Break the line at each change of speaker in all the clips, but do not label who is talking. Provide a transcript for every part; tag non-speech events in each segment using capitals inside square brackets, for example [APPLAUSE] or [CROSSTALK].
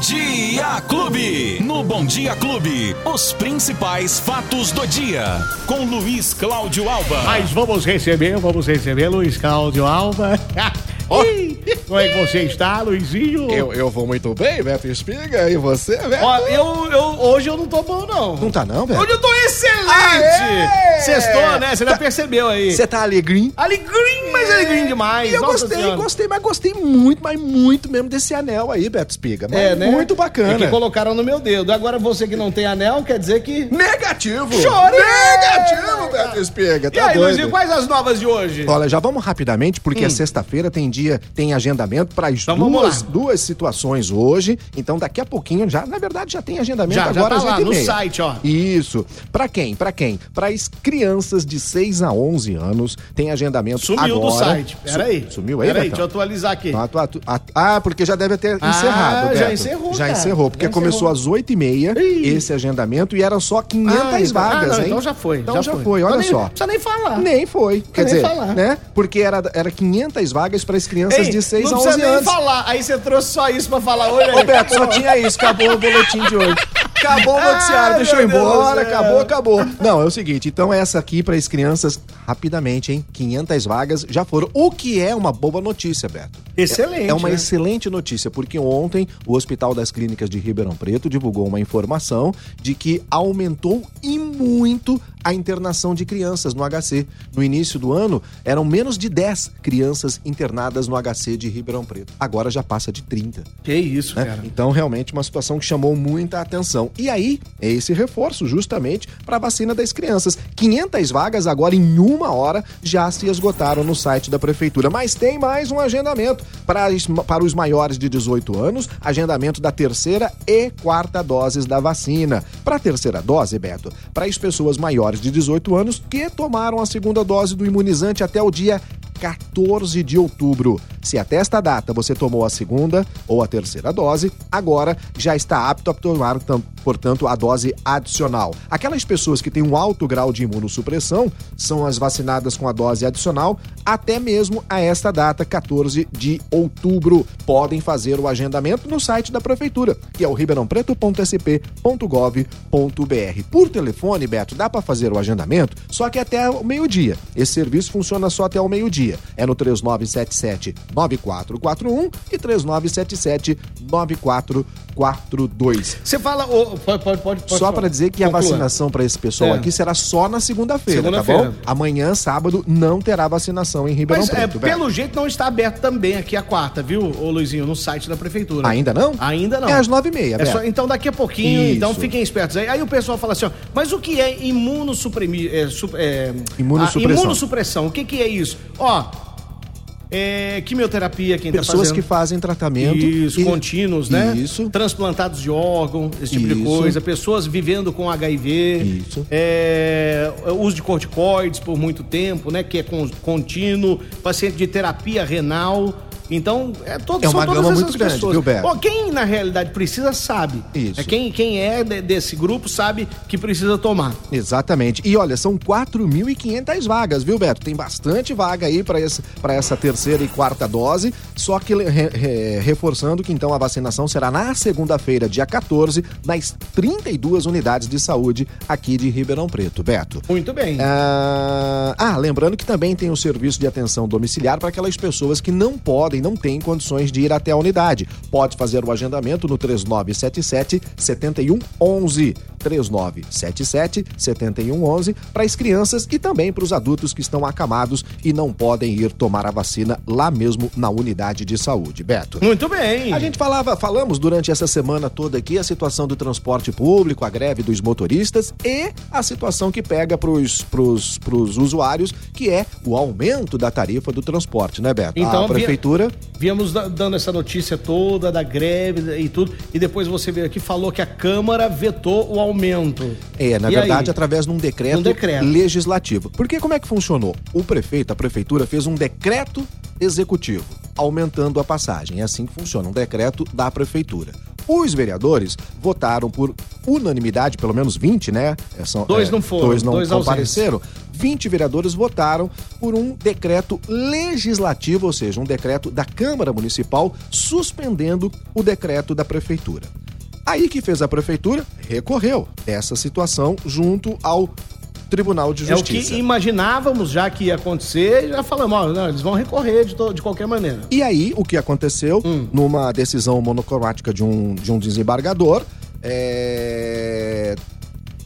Dia Clube. No Bom Dia Clube, os principais fatos do dia. Com Luiz Cláudio Alba.
Mas vamos receber, vamos receber Luiz Cláudio Alba. [LAUGHS] Oi, como é que você está, Luizinho?
Eu, eu vou muito bem, Beto Espiga, e você, Beto?
Ó, eu, eu, hoje eu não tô bom, não.
Não tá não, Beto?
Hoje eu tô excelente!
Aê!
Sextou, né? Você já percebeu aí.
Você tá alegrinho?
Alegrim, mas alegrim demais.
E eu
Nossa
gostei,
Senhora.
gostei, mas gostei muito, mas muito mesmo desse anel aí, Beto Espiga. Mas
É, né?
Muito bacana.
E que colocaram no meu dedo. Agora você que não tem anel, quer dizer que...
Tá Negativo!
Chorei!
Negativo, Beto Espiga,
E
tá
aí,
doido?
Luizinho, quais as novas de hoje?
Olha, já vamos rapidamente, porque é sexta-feira tem dia, tem agendamento para as
Então Hum. vamos
duas,
lá.
duas situações hoje. Então daqui a pouquinho já, na verdade, já tem agendamento
Já, já
agora
tá
às
lá
8h30.
no site, ó.
Isso. Para quem? Para quem? Para as crianças de 6 a 11 anos tem agendamento
Sumiu
agora.
do site.
Su-
Pera aí.
Sumiu aí,
Pera aí,
Betão?
deixa eu atualizar aqui.
Ah, tu- ah, tu- ah, ah, porque já deve ter
Ah,
encerrado.
já
Beto.
encerrou,
Já
cara.
encerrou, porque
Já encerrou.
começou às 8h30
Ih.
esse agendamento e eram só 500
Ah, então-
vagas,
ah, não,
hein?
então já foi,
Então
já
já,
foi.
foi,
Então
olha
nem-
só.
não precisa nem falar.
Nem foi. Quer
nem
dizer,
falar.
né? Porque era, era 500 vagas para as crianças
Ei,
de 6 a
não
11
precisa nem
anos.
falar. Aí você trouxe só isso pra falar hoje. aí.
Ô, Beto, só tinha isso. Acabou o boletim de hoje. Acabou o noticiário,
Ai,
deixa eu ir
Ah, meu Deus
embora,
do céu.
acabou, acabou. Não, é o seguinte, então essa aqui para as crianças, rapidamente, hein? 500 vagas já foram. O que é uma boa notícia, Beto.
Excelente,
É uma
né?
excelente notícia, porque ontem o Hospital das Clínicas de Ribeirão Preto divulgou uma informação de que aumentou e muito a internação de crianças no HC. No início do ano, eram menos de 10 crianças internadas no HC de Ribeirão Preto. Agora já passa de 30
Que isso,
né?
cara.
Então, realmente, uma situação que chamou muita atenção. E aí, é esse reforço justamente para a vacina das crianças. 500 vagas agora em uma hora já se esgotaram no site da prefeitura. Mas tem mais um agendamento para, as- para os maiores de 18 anos, agendamento da terceira e quarta doses da vacina. Para a terceira dose, Beto, para as pessoas maiores de 18 anos que tomaram a segunda dose do imunizante até o dia 14 de outubro. Se até esta data você tomou a segunda ou a terceira dose, agora já está apto a tomar, tam- portanto, a dose adicional. Aquelas pessoas que têm um alto grau de imunossupressão são as vacinadas com a dose adicional até mesmo a esta data, 14 de outubro. Podem fazer o agendamento no site da prefeitura, que é o ribeirãopreto.sp.gov.br. Por telefone, Beto, dá para fazer o agendamento, só que até o meio-dia. Esse serviço funciona só até o meio-dia. É no 3977-9441 e 3977-9442.
Você fala... ô, pode, pode, pode, pode
Só
falar.
para dizer que a
Conclua.
vacinação para esse pessoal
É.
aqui será só na segunda-feira, tá
Segunda-feira.
bom? Amanhã, sábado, não terá vacinação em Ribeirão
Mas é,
Preto. Beto.
pelo jeito não está aberto também aqui a quarta, viu, ô Luizinho, no site da prefeitura.
Ainda não?
Ainda não.
É às nove e meia,
É só-
Beto.
então daqui a pouquinho, então
Isso.
fiquem espertos aí. Aí o pessoal fala assim, ó, mas o que é imunossuprimir... É, sup- é,
Imunossupressão.
a imunossupressão, o que que é isso? Ó, é, quimioterapia quem tá
Pessoas
fazendo.
que fazem tratamento.
Isso,
e-
contínuos, né?
Isso.
Transplantados de órgão, esse tipo de
Isso.
coisa. Pessoas vivendo com HIV.
Isso.
É, uso de corticoides por muito tempo, né? Que é con- contínuo. Paciente de terapia renal. Então, é, todo,
É
são
uma
todas
gama
essas
muito grande,
pessoas.
viu, Beto?
Ó, quem, na realidade, precisa, sabe.
Isso.
É, quem, quem é de- desse grupo sabe que precisa tomar.
Exatamente. E olha, são 4.500 vagas, viu, Beto? Tem bastante vaga aí para esse- pra essa terceira e quarta dose. Só que le- re- re- reforçando que então a vacinação será na segunda-feira, dia 14, nas 32 unidades de saúde aqui de Ribeirão Preto. Beto.
Muito bem.
É. Ah, ah, lembrando que também tem o serviço de atenção domiciliar para aquelas pessoas que não podem, não têm condições de ir até a unidade. Pode fazer o agendamento no 3977 7111. 3977 7111 para as crianças e também para os adultos que estão acamados e não podem ir tomar a vacina lá mesmo na unidade de saúde. Beto.
Muito bem.
A gente falava, falamos durante essa semana toda aqui a situação do transporte público, a greve dos motoristas e a situação que pega pros, pros, pros usuários, que é o aumento da tarifa do transporte, né, Beto?
Então,
a prefeitura.
Viemos da- dando essa notícia toda da greve e tudo, e depois você veio aqui e falou que a Câmara vetou o aumento.
É, na
E aí?
verdade, através de um decreto,
Um decreto.
legislativo. Porque como é que funcionou? O prefeito, a prefeitura fez um decreto executivo, aumentando a passagem. É assim que funciona, um decreto da prefeitura. Os vereadores votaram por unanimidade, pelo menos 20, né? É, São, é,
Dois não foram,
Dois não
dois ausentes.
compareceram. 20 vereadores votaram por um decreto legislativo, ou seja, um decreto da Câmara Municipal suspendendo o decreto da prefeitura. Aí que fez a prefeitura recorreu dessa situação junto ao Tribunal de
É o
Justiça.
que imaginávamos já que ia acontecer, já falamos, ó, não, eles vão recorrer de, to- de qualquer maneira.
E aí, o que aconteceu,
Hum.
numa decisão monocromática de um, de um desembargador, é,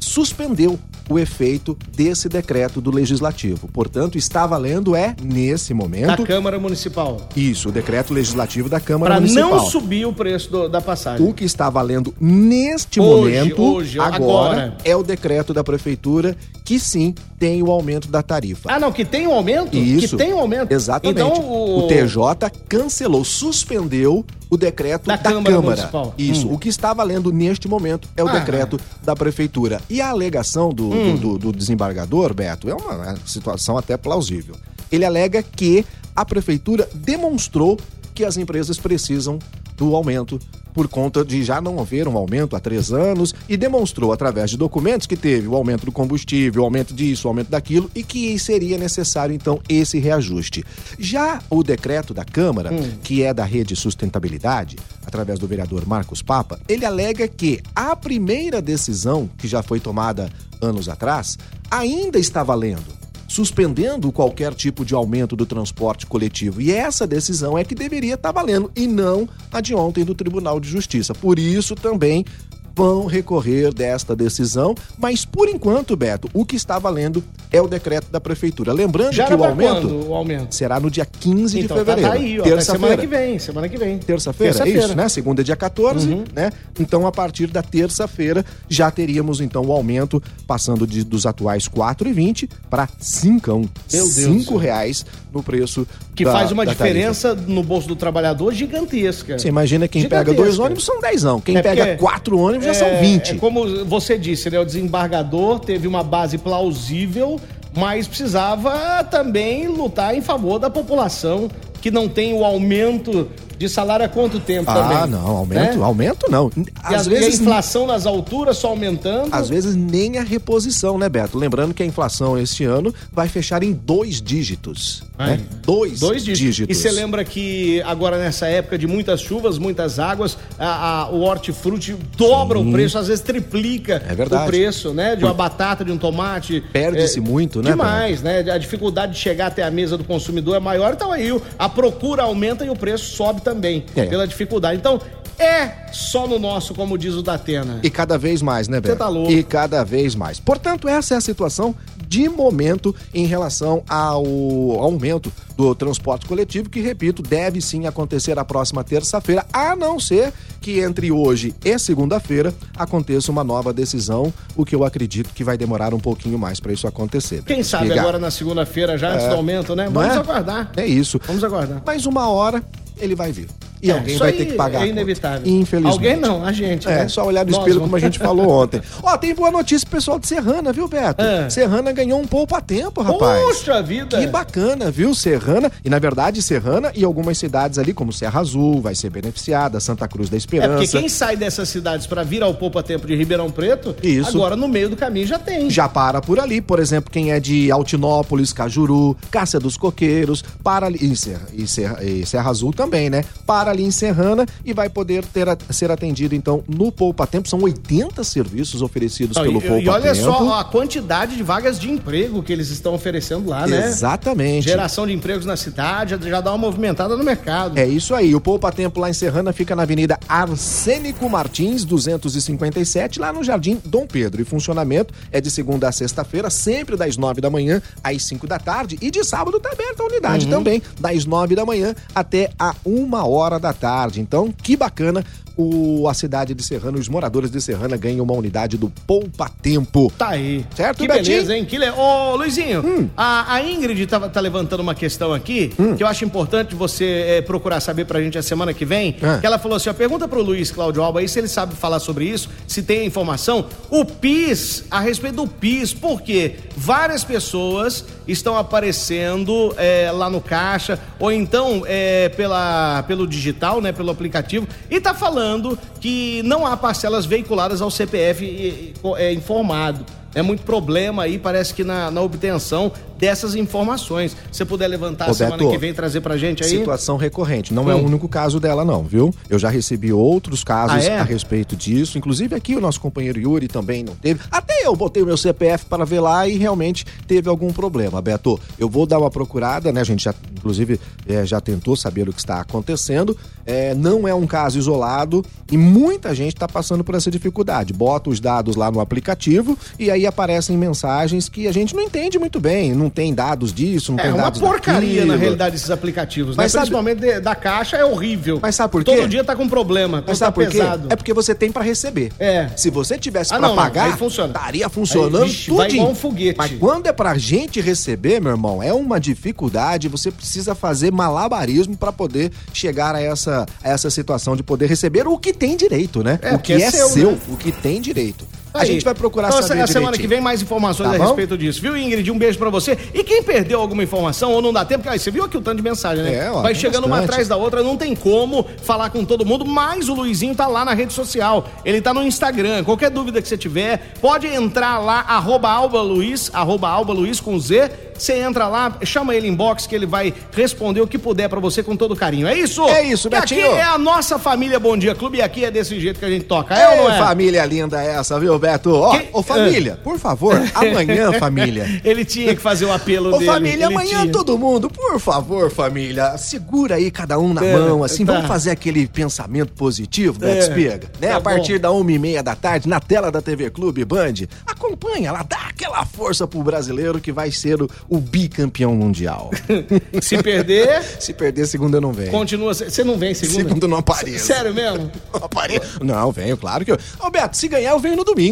suspendeu o efeito desse decreto do legislativo. Portanto, está valendo é, nesse
Da
momento,
Câmara Municipal.
isso, o decreto legislativo da Câmara
Para
Municipal.
não subir o preço do- da passagem.
O que está valendo neste
Hoje,
momento,
hoje,
agora,
agora.
é o decreto da prefeitura que sim tem o aumento da tarifa.
Ah, não, que tem um aumento?
Isso.
Que tem um aumento.
Exatamente.
Então, o,
o... TJ cancelou, suspendeu o decreto da,
Da
Câmara.
Câmara Municipal.
Isso.
Hum.
O que está valendo neste momento é o
Ah.
decreto da Prefeitura. E a alegação do, do- do- do desembargador, Beto, é uma situação até plausível. Ele alega que a Prefeitura demonstrou que as empresas precisam do aumento por conta de já não haver um aumento há três anos e demonstrou através de documentos que teve o aumento do combustível, o aumento disso, o aumento daquilo e que seria necessário então esse reajuste. Já o decreto da Câmara, que é da Rede Sustentabilidade, através do vereador Marcos Papa, ele alega que a primeira decisão que já foi tomada anos atrás ainda está valendo suspendendo qualquer tipo de aumento do transporte coletivo. E essa decisão é que deveria estar valendo e não a de ontem do Tribunal de Justiça. Por isso também vão recorrer desta decisão, mas por enquanto, Beto, o que está valendo é o decreto da prefeitura. Lembrando
já
que
era
o
pra
aumento
quando o aumento?
será no dia 15
Então,
de
tá,
fevereiro,
tá aí, ó. até semana
terça-feira.
que vem, semana que vem.
Terça-feira, é
Terça-feira. Uhum.
isso, né? Segunda é dia 14, né? Então, a partir da terça-feira, já teríamos, então, o aumento passando de, dos atuais 4,20 para 5
Meu Deus do
cinco
céu.
reais no preço
Que
da-
faz uma
da tarifa.
diferença no bolso do trabalhador gigantesca.
Você imagina quem
Gigantesca.
pega dois ônibus são dezão. Quem
É porque
pega quatro ônibus já
É,
são 20.
É como você disse, né? O desembargador teve uma base plausível, mas precisava também lutar em favor da população que não tem o aumento de salário há quanto tempo também?
Ah, não, aumento,
Né?
aumento não.
E, às vezes, a inflação nas alturas só aumentando.
Às vezes nem a reposição, né, Beto? Lembrando que a inflação este ano vai fechar em dois dígitos.
Ai.
né? Dois,
Dois dígitos.
dígitos.
E você lembra que agora nessa época de muitas chuvas, muitas águas, a- a- o hortifruti dobra o preço, às vezes triplica
É verdade.
o preço, né? De uma batata, de um tomate.
Perde-se muito, né,
Demais, né? A dificuldade de chegar até a mesa do consumidor é maior, então aí o- a procura aumenta e o preço sobe também
É.
pela dificuldade. Então, é só no nosso, como diz o Datena.
E cada vez mais, né, Beto?
tá louco.
E cada vez mais. Portanto, essa é a situação de momento em relação ao aumento do transporte coletivo, que, repito, deve sim acontecer a próxima terça-feira, a não ser que entre hoje e segunda-feira aconteça uma nova decisão, o que eu acredito que vai demorar um pouquinho mais para isso acontecer. Beto.
Quem sabe
Ligar.
agora na segunda-feira, já antes do aumento, né?
Não
Vamos
é?
aguardar.
É isso.
Vamos aguardar.
Mas uma hora ele vai vir. E
É,
alguém
isso
vai
aí
ter que pagar. a
É
conta.
inevitável.
Infelizmente.
Alguém não, a gente.
É,
né?
só olhar no
Nós
espelho,
vamos.
como a
[LAUGHS]
gente falou ontem. Ó, tem boa notícia pro pessoal de Serrana, viu, Beto?
É.
Serrana ganhou um poupa-tempo, rapaz.
Puxa vida! É,
Que bacana, viu, Serrana? E, na verdade, Serrana e algumas cidades ali, como Serra Azul, vai ser beneficiada, Santa Cruz da
É
Esperança.
porque quem sai dessas cidades pra vir ao Poupa Tempo de Ribeirão Preto,
Isso.
agora no meio do caminho já tem.
Já para por ali, por exemplo, quem é de Altinópolis, Cajuru, Cássia dos Coqueiros, para ali, e, Serra, e Serra- e Serra Azul também, né? Para ali em Serrana e vai poder ter, a- ser atendido, então, no Poupa Tempo. São 80 serviços oferecidos
Não,
pelo
e,
Poupa
e olha
Tempo.
só a quantidade de vagas de emprego que eles estão oferecendo lá, né?
Exatamente.
Geração de empregos na cidade, já- já dá uma movimentada no mercado.
É isso aí. O Poupa Tempo lá em Serrana fica na Avenida Arsênico Martins, 257, lá no Jardim Dom Pedro. E funcionamento é de segunda a sexta-feira, sempre das nove da manhã às cinco da tarde. E de sábado tá aberta a unidade também, das nove da manhã até a uma hora da tarde. Então, que bacana. O, a cidade de Serrana, os moradores de Serrana ganham uma unidade do Poupa Tempo.
Tá aí.
Certo,
que
Betinho? Hum.
beleza, hein? Que le... Ô, Luizinho, a, a Ingrid tá, tá levantando uma questão aqui que eu acho importante você eh, procurar saber pra gente a semana que vem.
Ah.
Que ela falou assim: ó, pergunta pro Luiz Cláudio Alba aí se ele sabe falar sobre isso, se tem a informação. O PIS, a respeito do PIS, porque várias pessoas estão aparecendo eh, lá no caixa, ou então eh, pela, pelo digital, né? Pelo aplicativo, e tá falando que não há parcelas veiculadas ao CPF eh, eh, informado. É muito problema aí, parece que na, na obtenção dessas informações. Se você puder levantar
Roberto,
semana que vem trazer pra gente aí.
Situação recorrente. Não é
Hum.
o único caso dela, não, viu? Eu já recebi outros casos
Ah, é?
a respeito disso. Inclusive aqui o nosso companheiro Yuri também não teve. Até eu botei o meu CPF para ver lá e realmente teve algum problema, Beto. Eu vou dar uma procurada, né? A gente já, inclusive, eh, já tentou saber o que está acontecendo. Eh, não é um caso isolado e muita gente está passando por essa dificuldade. Bota os dados lá no aplicativo e aí aparecem mensagens que a gente não entende muito bem. Não tem dados disso, não
É
tem
uma
dados
porcaria,
daquilo.
na realidade, esses aplicativos,
Mas
né?
sabe-
Principalmente de- da caixa é horrível.
Mas sabe por quê?
Todo dia tá com problema,
Mas
tudo tá
sabe por quê?
pesado.
É porque você tem pra receber.
É.
Se você tivesse
Ah,
pra
não, não. Aí
pagar,
funciona.
estaria funcionando
Aí, vixe, vai
tudinho.
igual um foguete.
Mas quando é pra gente receber, meu irmão, é uma dificuldade, você precisa fazer malabarismo pra poder chegar a essa, a essa situação de poder receber o que tem direito, né?
É,
o
porque
que
é
é,
seu,
seu,
né?
o que tem direito. A
Aí.
gente vai procurar
então,
saber
a semana
direitinho.
que vem mais informações
Tá
a
bom?
respeito disso. Viu, Ingrid? Um beijo pra você. E quem perdeu alguma informação ou não dá tempo, porque aí, você viu aqui o tanto de mensagem, né?
É, ó,
Vai
tem
chegando uma
bastante.
atrás da outra, não tem como falar com todo mundo, mas o Luizinho tá lá na rede social. Ele tá no Instagram. Qualquer dúvida que você tiver, pode entrar lá, arroba Alba Luiz, arroba Alba Luiz com Z. Você entra lá, chama ele em box que ele vai responder o que puder pra você com todo carinho. É isso?
É isso,
Que Aqui
Betinho.
é a nossa família Bom Dia Clube e aqui é desse jeito que a gente toca. É, ou
Ei,
não é?
família linda essa, viu, Beto? Ó,
Que- Ah.
ô família, por favor,
[LAUGHS]
amanhã, família.
Ele tinha que fazer o apelo
Ô
dele. ele
família, amanhã
tinha.
todo mundo, por favor, família, segura aí cada um na
É,
mão, assim,
tá.
vamos fazer aquele pensamento positivo,
É,
Beto Espiga, né?
tá
a partir da uma e meia da tarde, na tela da TV Clube Band, acompanha lá, dá aquela força pro brasileiro que vai ser o, o bicampeão
[LAUGHS]
mundial.
Se perder,
Se perder, segunda não vem.
continua. Você não vem segunda?
Segunda não apareço.
Sério mesmo?
Não apareço. Não, venho, claro que eu... Ô, Beto, se ganhar, eu venho no domingo.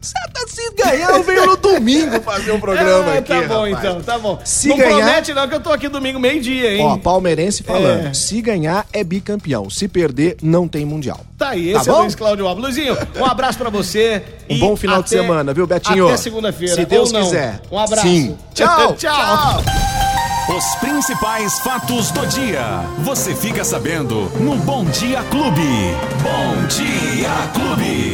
Se- Se ganhar, eu venho no domingo
[LAUGHS]
fazer um programa
Ah,
aqui,
tá bom
rapaz.
então, tá bom.
Se
não
ganhar-
promete não que eu tô aqui domingo meio-dia, hein?
Ó, palmeirense falando,
É.
se ganhar é bicampeão, se perder não tem mundial.
Tá aí,
Tá
esse é o
bom?
Luiz Cláudio Alves. Luizinho, um abraço pra você.
Um
e
bom final de
até-
semana, viu, Betinho?
Até segunda-feira.
Se Deus
ou não.
quiser.
Um abraço.
Sim. Tchau.
Tchau.
Os principais fatos do dia. Você fica sabendo no Bom Dia Clube. Bom Dia Clube.